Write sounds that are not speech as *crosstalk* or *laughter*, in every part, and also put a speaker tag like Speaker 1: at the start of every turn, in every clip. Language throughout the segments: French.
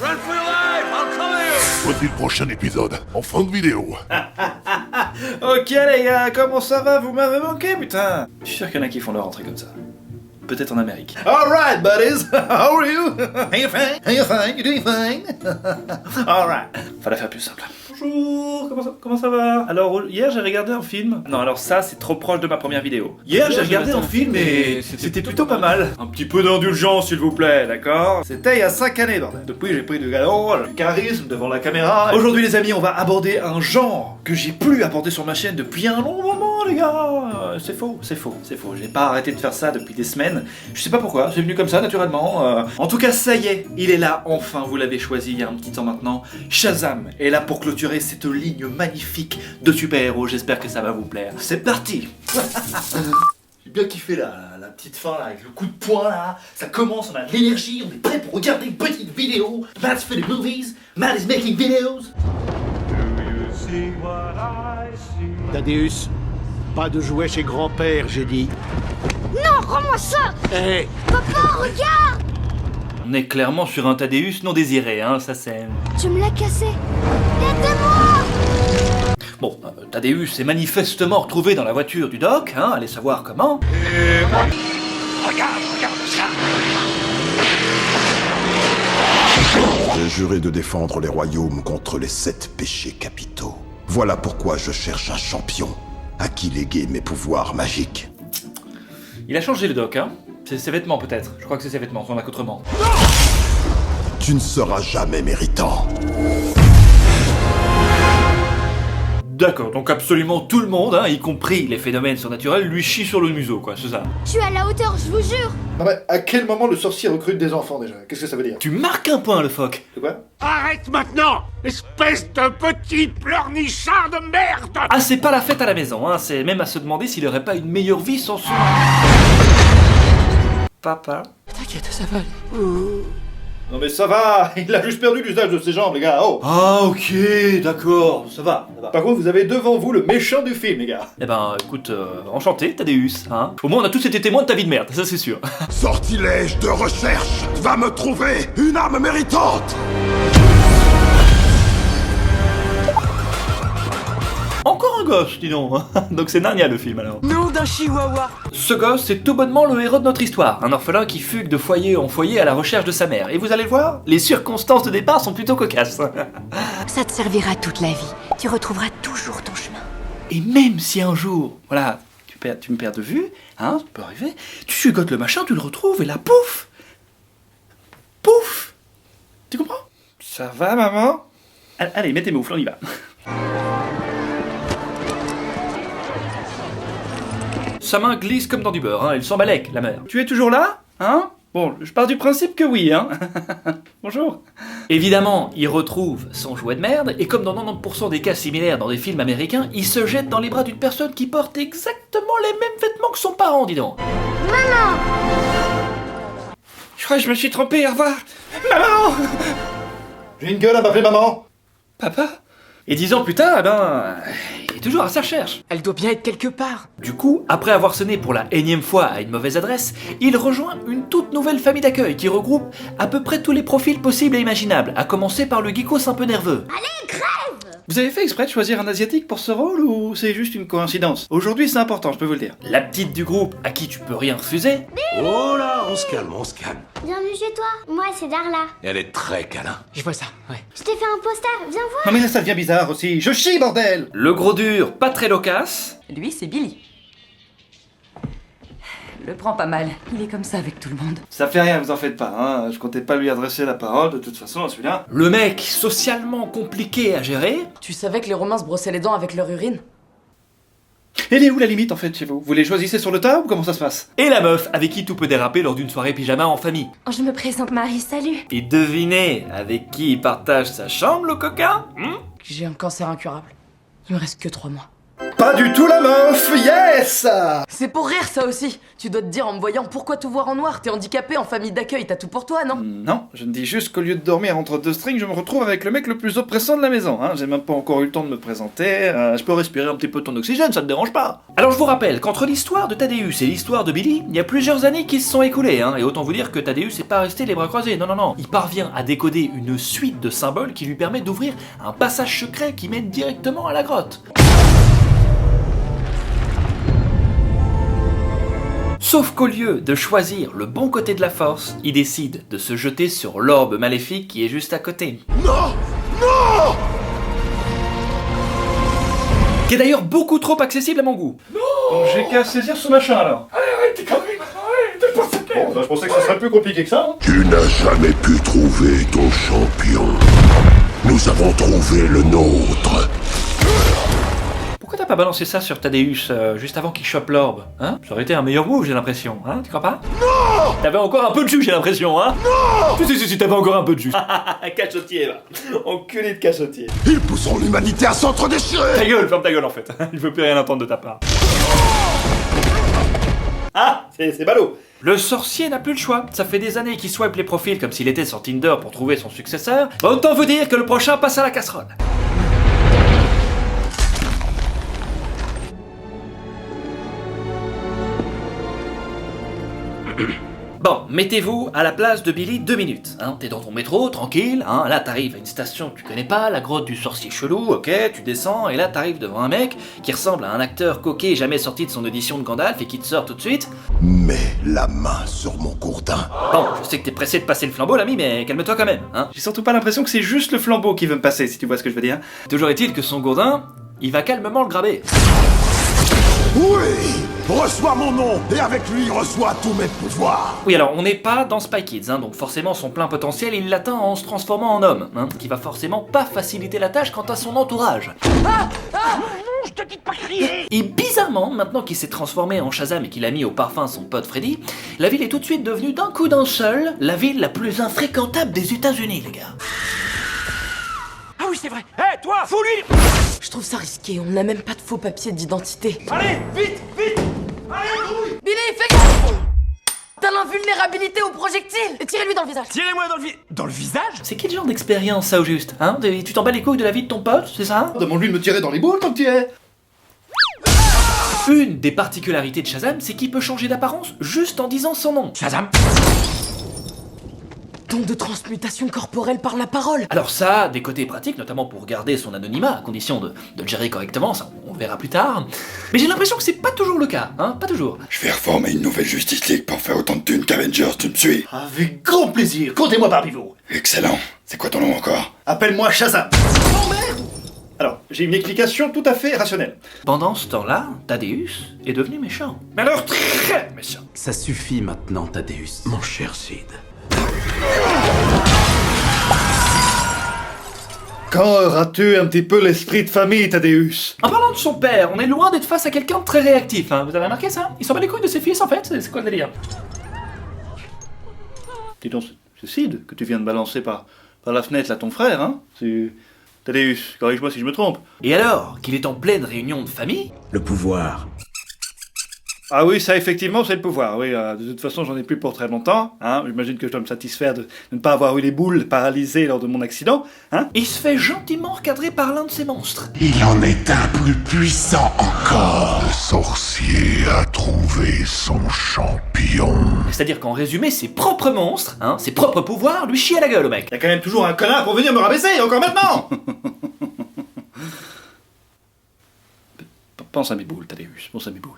Speaker 1: Run for your life, I'll kill
Speaker 2: Voici le prochain épisode, en fin de vidéo.
Speaker 3: Ok les gars, comment ça va Vous m'avez manqué, putain Je suis sûr qu'il y en a qui font leur rentrée comme ça. Peut-être en Amérique. Alright, buddies
Speaker 4: *laughs*
Speaker 3: How are you Are you fine Are you fine You doing fine Alright Fallait faire plus simple. Bonjour, comment ça, comment ça va Alors, hier j'ai regardé un film. Non, alors ça, c'est trop proche de ma première vidéo. Hier j'ai regardé un film et c'était plutôt pas mal. Un petit peu d'indulgence, s'il vous plaît, d'accord C'était il y a 5 années, bordel. Depuis, j'ai pris du galon, du charisme devant la caméra. Aujourd'hui, les amis, on va aborder un genre que j'ai plus abordé sur ma chaîne depuis un long moment, les gars. Euh, c'est faux, c'est faux, c'est faux. J'ai pas arrêté de faire ça depuis des semaines. Je sais pas pourquoi, c'est venu comme ça, naturellement. Euh, En tout cas, ça y est, il est là, enfin, vous l'avez choisi il y a un petit temps maintenant. Shazam est là pour clôturer cette ligne magnifique de super-héros. J'espère que ça va vous plaire. C'est parti
Speaker 4: J'ai bien kiffé la, la petite fin là, avec le coup de poing là, ça commence, on a de l'énergie, on est prêt pour regarder une petite vidéo. Matt's for the movies, Matt is making videos.
Speaker 5: Thaddeus, pas de jouets chez grand-père, j'ai dit.
Speaker 6: Non, rends-moi ça
Speaker 5: Hé
Speaker 6: Oh,
Speaker 3: On est clairement sur un Thaddeus non désiré, hein, ça c'est...
Speaker 6: Tu me l'as cassé Aidez-moi
Speaker 3: Bon, euh, Thaddeus est manifestement retrouvé dans la voiture du doc, hein, allez savoir comment.
Speaker 7: J'ai juré de défendre les royaumes contre les sept péchés capitaux. Voilà pourquoi je cherche un champion à qui léguer mes pouvoirs magiques.
Speaker 3: Il a changé le doc, hein C'est ses vêtements peut-être, je crois que c'est ses vêtements, son accoutrement.
Speaker 7: Tu ne seras jamais méritant.
Speaker 3: D'accord, donc absolument tout le monde, hein, y compris les phénomènes surnaturels, lui chie sur le museau, quoi, c'est ça.
Speaker 6: Je suis à la hauteur, je vous jure
Speaker 4: Non mais à quel moment le sorcier recrute des enfants déjà Qu'est-ce que ça veut dire
Speaker 3: Tu marques un point, le phoque
Speaker 4: De quoi
Speaker 8: Arrête maintenant Espèce de petit pleurnichard de merde
Speaker 3: Ah, c'est pas la fête à la maison, hein, c'est même à se demander s'il aurait pas une meilleure vie sans son... Papa
Speaker 4: Non mais ça va, *laughs* il a juste perdu l'usage de ses jambes les gars, oh
Speaker 3: Ah, ok, d'accord, ça va, ça va.
Speaker 4: Par contre vous avez devant vous le méchant du film les gars
Speaker 3: Eh ben, écoute, euh, enchanté, Thaddeus, hein. Au moins, on a tous été témoins de ta vie de merde, ça c'est sûr.
Speaker 7: Sortilège de recherche Va me trouver une âme méritante
Speaker 3: Encore un gosse, dis donc *laughs* Donc c'est Narnia le film alors.
Speaker 9: Nom d'un chihuahua
Speaker 3: Ce gosse, c'est tout bonnement le héros de notre histoire, un orphelin qui fugue de foyer en foyer à la recherche de sa mère. Et vous allez le voir, les circonstances de départ sont plutôt cocasses. *laughs*
Speaker 9: Ça te servira toute la vie. Tu retrouveras toujours ton chemin.
Speaker 3: Et même si un jour, voilà, tu, perds, tu me perds de vue, hein, ça peut arriver, tu chugotes le machin, tu le retrouves et là, pouf Pouf Tu comprends Ça va, maman Allez, Allez, mettez mes moufles, on y va. Sa main glisse comme dans du beurre, hein, elle s'en balèque, la mère. Tu es toujours là Hein Bon, je pars du principe que oui, hein. *laughs* Bonjour. Évidemment, il retrouve son jouet de merde, et comme dans 90% des cas similaires dans des films américains, il se jette dans les bras d'une personne qui porte exactement les mêmes vêtements que son parent, dis donc. Maman Je crois que je me suis trompé, au revoir Maman
Speaker 4: J'ai une gueule à m'appeler maman
Speaker 3: Papa Et dix ans plus tard, eh ben. Il est toujours à sa recherche.
Speaker 9: Elle doit bien être quelque part.
Speaker 3: Du coup, après avoir sonné pour la énième fois à une mauvaise adresse, il rejoint une toute nouvelle famille d'accueil qui regroupe à peu près tous les profils possibles et imaginables, à commencer par le geekos un peu nerveux.
Speaker 6: Allez, crève
Speaker 3: Vous avez fait exprès de choisir un asiatique pour ce rôle ou c'est juste une coïncidence Aujourd'hui, c'est important, je peux vous le dire. La petite du groupe, à qui tu peux rien refuser,
Speaker 7: Oh là, on se calme, on se calme.
Speaker 6: Bienvenue chez toi, moi c'est Darla.
Speaker 7: Elle est très câlin.
Speaker 9: Je vois ça, ouais.
Speaker 6: Je t'ai fait un poster, viens voir
Speaker 4: Non mais là ça devient bizarre aussi, je chie bordel
Speaker 3: le gros dur, pas très loquace,
Speaker 9: Lui, c'est Billy. Le prend pas mal. Il est comme ça avec tout le monde.
Speaker 4: Ça fait rien, vous en faites pas, hein. je comptais pas lui adresser la parole de toute façon à celui-là.
Speaker 3: le mec socialement compliqué à gérer.
Speaker 10: Tu savais que les Romains se brossaient les dents avec leur urine
Speaker 4: Elle est où la limite en fait chez vous Vous les choisissez sur le tas ou comment ça se passe
Speaker 3: Et la meuf avec qui tout peut déraper lors d'une soirée pyjama en famille.
Speaker 6: Oh, Je me présente Marie, salut
Speaker 3: Et devinez avec qui il partage sa chambre, le coquin Hmm
Speaker 10: J'ai un cancer incurable. Il me reste que trois mois.
Speaker 4: Pas du tout la meuf, yes
Speaker 10: C'est pour rire ça aussi Tu dois te dire en me voyant pourquoi tout voir en noir T'es handicapé en famille d'accueil, t'as tout pour toi, non
Speaker 4: Non, je ne dis juste qu'au lieu de dormir entre deux strings, je me retrouve avec le mec le plus oppressant de la maison. Hein. J'ai même pas encore eu le temps de me présenter. euh, je peux respirer un petit peu ton oxygène, ça te dérange pas
Speaker 3: Alors je vous rappelle qu'entre l'histoire de Thaddeus et l'histoire de Billy, il y a plusieurs années qui se sont écoulées, hein, et autant vous dire que Thaddeus n'est pas resté les bras croisés, non non non, il parvient à décoder une suite de symboles qui lui permet d'ouvrir un passage secret qui mène directement à la grotte. Sauf qu'au lieu de choisir le bon côté de la force, il décide de se jeter sur l'orbe maléfique qui est juste à côté. Qui est d'ailleurs beaucoup trop accessible à mon goût.
Speaker 4: Donc j'ai qu'à saisir ce machin alors. Bon, bah, je pensais que ça serait plus compliqué que ça. hein.
Speaker 2: Tu n'as jamais pu trouver ton champion. Nous avons trouvé le nôtre.
Speaker 3: Pourquoi t'as pas balancé ça sur Tadeus juste avant qu'il chope l'orbe Hein Ça aurait été un meilleur move, j'ai l'impression, hein Tu crois pas Non T'avais encore un peu de jus, j'ai l'impression, hein Non Ah, Si, si, si, si, t'avais encore un peu de jus. cachotier, va Enculé de cachotier.
Speaker 7: Ils pousseront l'humanité à s'entre-déchirer
Speaker 3: Ta gueule, ferme ta gueule en fait. *laughs* Il veut plus rien entendre de ta part. Ah C'est c'est ballot Le sorcier n'a plus le choix. Ça fait des années qu'il swipe les profils comme s'il était sur Tinder pour trouver son successeur. Bah, Autant vous dire que le prochain passe à la casserole. Bon, mettez-vous à la place de Billy deux minutes. Hein. T'es dans ton métro, tranquille. Hein. Là, t'arrives à une station que tu connais pas, la grotte du sorcier chelou, ok, tu descends, et là, t'arrives devant un mec qui ressemble à un acteur coquet jamais sorti de son audition de Gandalf et qui te sort tout de suite.
Speaker 7: Mets la main sur mon gourdin.
Speaker 3: Bon, je sais que t'es pressé de passer le flambeau, l'ami, mais calme-toi quand même. Hein.
Speaker 4: J'ai surtout pas l'impression que c'est juste le flambeau qui veut me passer, si tu vois ce que je veux dire.
Speaker 3: Toujours est-il que son gourdin, il va calmement le graber.
Speaker 7: Oui Reçois mon nom et avec lui reçois tous mes pouvoirs
Speaker 3: Oui, alors on n'est pas dans Spy Kids, hein, donc forcément son plein potentiel il l'atteint en se transformant en homme, hein, qui va forcément pas faciliter la tâche quant à son entourage. Et bizarrement, maintenant qu'il s'est transformé en Shazam et qu'il a mis au parfum son pote Freddy, la ville est tout de suite devenue d'un coup d'un seul la ville la plus infréquentable des États-Unis, les gars.
Speaker 8: Ah oui, c'est vrai. Hé, toi, fous-lui
Speaker 10: Je trouve ça risqué, on n'a même pas de faux papiers d'identité.
Speaker 8: Allez, vite, vite Allez, grouille
Speaker 10: Billy, fais gaffe T'as l'invulnérabilité au projectile Tirez-lui dans le visage
Speaker 8: Tirez-moi dans le vi... Dans le visage
Speaker 3: C'est quel genre d'expérience ça au juste hein Tu tu t'en bats les couilles de la vie de ton pote, c'est ça
Speaker 11: Demande-lui de me tirer dans les boules tant que tu es.
Speaker 3: Une des particularités de Shazam, c'est qu'il peut changer d'apparence juste en disant son nom.
Speaker 8: Shazam
Speaker 10: Don de transmutation corporelle par la parole
Speaker 3: Alors ça, a des côtés pratiques, notamment pour garder son anonymat, à condition de, de le gérer correctement, ça on verra plus tard. Mais j'ai l'impression que c'est pas toujours le cas, hein, pas toujours.
Speaker 2: Je vais reformer une nouvelle Justice League pour faire autant de thunes qu'Avengers, tu me suis
Speaker 11: Avec grand plaisir, comptez-moi parmi vous.
Speaker 2: Excellent. C'est quoi ton nom encore
Speaker 11: Appelle-moi Shazam.
Speaker 4: Alors, j'ai une explication tout à fait rationnelle.
Speaker 3: Pendant ce temps-là, Thaddeus est devenu méchant.
Speaker 4: Mais alors très méchant.
Speaker 12: Ça suffit maintenant, Thaddeus. Mon cher Sid.
Speaker 4: Quand auras-tu un petit peu l'esprit de famille, Tadeus
Speaker 3: En parlant de son père, on est loin d'être face à quelqu'un de très réactif, hein. vous avez remarqué ça Il s'en bat les couilles de ses fils en fait, c'est c'est quoi le délire
Speaker 4: Dis donc, c'est Sid que tu viens de balancer par, par la fenêtre, là, ton frère, hein C'est... Tadeus, corrige-moi si je me trompe.
Speaker 3: Et alors qu'il est en pleine réunion de famille,
Speaker 12: Le pouvoir.
Speaker 4: Ah oui, ça effectivement, c'est le pouvoir. Oui, euh, de toute façon, j'en ai plus pour très longtemps. Hein. J'imagine que je dois me satisfaire de, de ne pas avoir eu les boules paralysées lors de mon accident. Hein
Speaker 3: il se fait gentiment recadrer par l'un de ses monstres.
Speaker 7: Il en est un plus puissant encore
Speaker 2: Le sorcier a trouvé son champion.
Speaker 3: C'est-à-dire qu'en résumé, ses propres monstres, hein, ses propres pouvoirs, lui chient à la gueule au mec.
Speaker 4: Il y a quand même toujours un connard pour venir me rabaisser, encore maintenant *laughs* P- Pense à mes boules, Tadeus, pense à mes boules.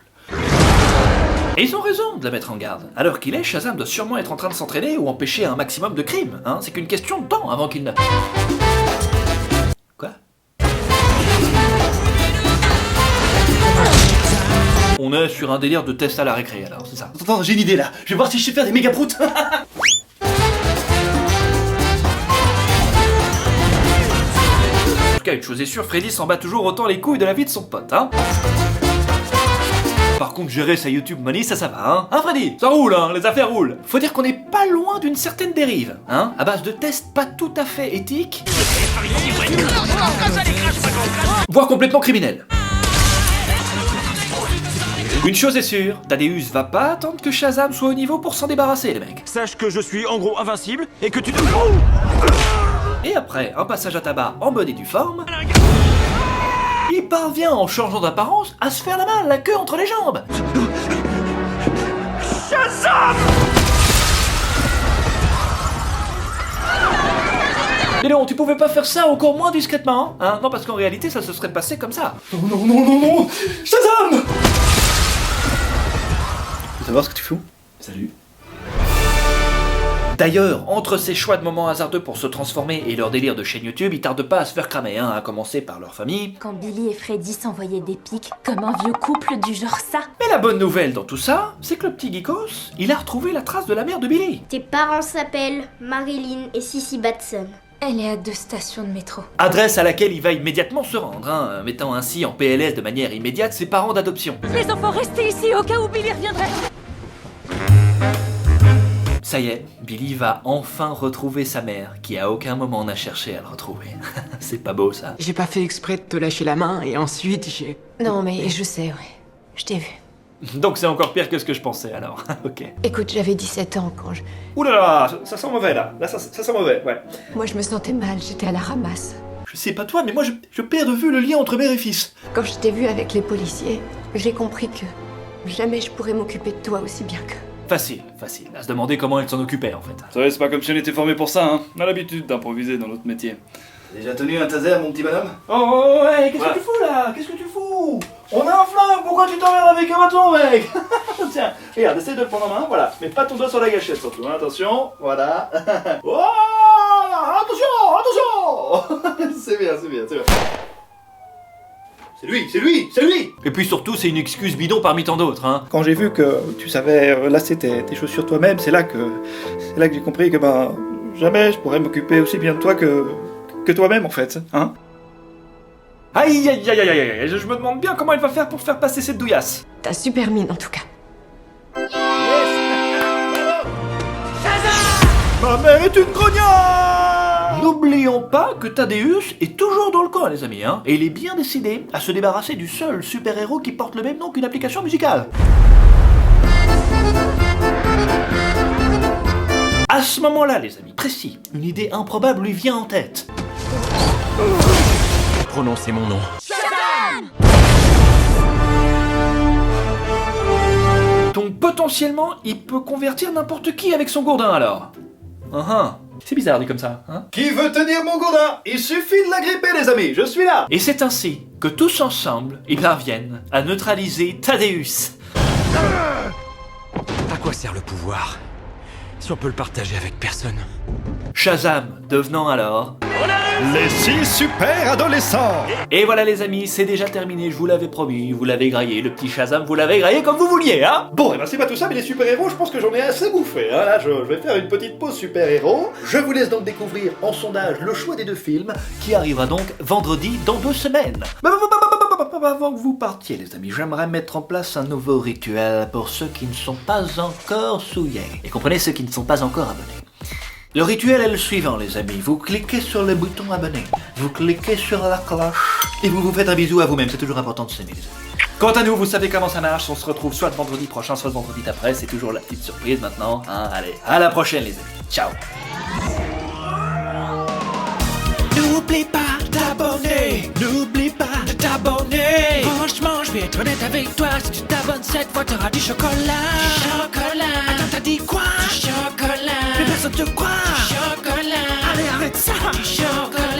Speaker 3: Et ils ont raison de la mettre en garde. Alors qu'il est, Shazam doit sûrement être en train de s'entraîner ou empêcher un maximum de crimes. Hein. C'est qu'une question de temps avant qu'il ne... Quoi On est sur un délire de test à la récré alors, c'est ça.
Speaker 4: Attends, j'ai une idée là. Je vais voir si je sais faire des méga proutes. *laughs*
Speaker 3: En tout cas, une chose est sûre, Freddy s'en bat toujours autant les couilles de la vie de son pote. Hein. Par contre, gérer sa YouTube money, ça, ça va, hein Hein, Freddy Ça roule, hein Les affaires roulent Faut dire qu'on n'est pas loin d'une certaine dérive, hein À base de tests pas tout à fait éthiques, voire complètement criminels. Une chose est sûre, Tadeus va pas attendre que Shazam soit au niveau pour s'en débarrasser, les mecs.
Speaker 13: Sache que je suis en gros invincible et que tu.
Speaker 3: Et après un passage à tabac en bonne et due forme, il parvient en changeant d'apparence à se faire la main, la queue entre les jambes.
Speaker 8: Shazam
Speaker 3: Mais non, tu pouvais pas faire ça encore moins discrètement, hein Non, parce qu'en réalité, ça se serait passé comme ça.
Speaker 4: Non, non, non, non, non Shazam
Speaker 3: Tu veux savoir ce que tu fous Salut. D'ailleurs, entre ces choix de moments hasardeux pour se transformer et leur délire de chaîne YouTube, ils tardent pas à se faire cramer, hein, à commencer par leur famille.
Speaker 6: Quand Billy et Freddy s'envoyaient des pics comme un vieux couple du genre ça.
Speaker 3: Mais la bonne nouvelle dans tout ça, c'est que le petit Geekos, il a retrouvé la trace de la mère de Billy.
Speaker 14: Tes parents s'appellent Marilyn et Sissy Batson.
Speaker 6: Elle est à deux stations de métro.
Speaker 3: Adresse à laquelle il va immédiatement se rendre, hein, mettant ainsi en PLS de manière immédiate ses parents d'adoption.
Speaker 6: Les enfants, restez ici au cas où Billy reviendrait.
Speaker 3: Ça y est, Billy va enfin retrouver sa mère, qui à aucun moment n'a cherché à le retrouver. *laughs* c'est pas beau ça.
Speaker 15: J'ai pas fait exprès de te lâcher la main et ensuite j'ai.
Speaker 6: Non, mais je sais, ouais. Je t'ai vu.
Speaker 3: Donc c'est encore pire que ce que je pensais alors. *laughs* ok.
Speaker 6: Écoute, j'avais 17 ans quand je.
Speaker 3: Ouh là là, ça sent mauvais là. Là ça, ça sent mauvais, ouais.
Speaker 6: Moi, je me sentais mal, j'étais à la ramasse.
Speaker 3: Je sais pas toi, mais moi je, je perds de vue le lien entre mère et fils.
Speaker 6: Quand je t'ai vu avec les policiers, j'ai compris que jamais je pourrais m'occuper de toi aussi bien que.
Speaker 3: Facile, facile. À se demander comment elle s'en occupait en fait.
Speaker 4: Ça c'est pas comme si on était formé pour ça, hein. On a l'habitude d'improviser dans notre métier.
Speaker 11: Déjà tenu un taser, mon petit bonhomme
Speaker 4: Oh, oh, oh, hey,
Speaker 3: qu'est-ce que tu fous là Qu'est-ce que tu fous
Speaker 11: On a un flingue, pourquoi tu t'emmerdes avec un bâton,
Speaker 3: *laughs*
Speaker 11: mec
Speaker 4: Tiens, regarde, essaye de le prendre en main, voilà. Mets pas ton doigt sur la gâchette surtout, hein, attention,
Speaker 3: *laughs*
Speaker 4: voilà. oh Attention
Speaker 3: *laughs*
Speaker 4: Attention C'est bien, c'est bien, c'est bien.
Speaker 11: C'est lui, c'est lui, c'est lui
Speaker 3: Et puis surtout, c'est une excuse bidon parmi tant d'autres, hein.
Speaker 4: Quand j'ai vu que tu savais euh, lasser tes, tes chaussures toi-même, c'est là que c'est là que j'ai compris que ben jamais je pourrais m'occuper aussi bien de toi que que toi-même en fait, hein
Speaker 3: Aïe aïe aïe aïe aïe aïe, je, je me demande bien comment elle va faire pour faire passer cette douillasse.
Speaker 6: T'as super mine en tout cas.
Speaker 4: Ma mère est une grognarde
Speaker 3: N'oublions pas que Thaddeus est toujours dans le coin, les amis, hein, et il est bien décidé à se débarrasser du seul super-héros qui porte le même nom qu'une application musicale. À ce moment-là, les amis, précis, une idée improbable lui vient en tête.
Speaker 12: Prononcez mon nom.
Speaker 3: Donc potentiellement, il peut convertir n'importe qui avec son gourdin alors. Hein, hein. C'est bizarre dit comme ça, hein
Speaker 11: Qui veut tenir mon gourdin Il suffit de l'agripper, les amis, je suis là
Speaker 3: Et c'est ainsi que tous ensemble, ils parviennent à neutraliser Thaddeus.
Speaker 12: À quoi sert le pouvoir Si on peut le partager avec personne.
Speaker 3: Shazam devenant alors...
Speaker 4: Les six super adolescents
Speaker 3: Et voilà les amis, c'est déjà terminé, je vous l'avais promis, vous l'avez graillé, le petit Shazam, vous l'avez graillé comme vous vouliez, hein
Speaker 11: Bon, et ben c'est pas tout ça, mais les super-héros, je pense que j'en ai assez bouffé. Hein. Là, je, je vais faire une petite pause super-héros. Je vous laisse donc découvrir en sondage le choix des deux films.
Speaker 3: qui arrivera donc vendredi dans deux semaines. Bah, bah, bah, bah, bah, bah, bah, bah, Avant que vous partiez, les amis, j'aimerais mettre en place un nouveau rituel pour ceux qui ne sont pas encore souillés. Et comprenez ceux qui ne sont pas encore abonnés. Le rituel est le suivant, les amis. Vous cliquez sur le bouton abonné, vous cliquez sur la cloche, et vous vous faites un bisou à vous-même. C'est toujours important de s'aimer, les amis. Quant à nous, vous savez comment ça marche. On se retrouve soit vendredi prochain, soit vendredi d'après. C'est toujours la petite surprise maintenant. hein. Allez, à la prochaine, les amis. Ciao.
Speaker 16: N'oublie pas de t'abonner, n'oublie pas de t'abonner. Franchement, je vais être honnête avec toi, si tu t'abonnes cette fois, t'auras du chocolat. chocolat. Attends, t'as dit quoi chocolat. Mais personne te croit. chocolat. Allez, arrête ça. chocolat.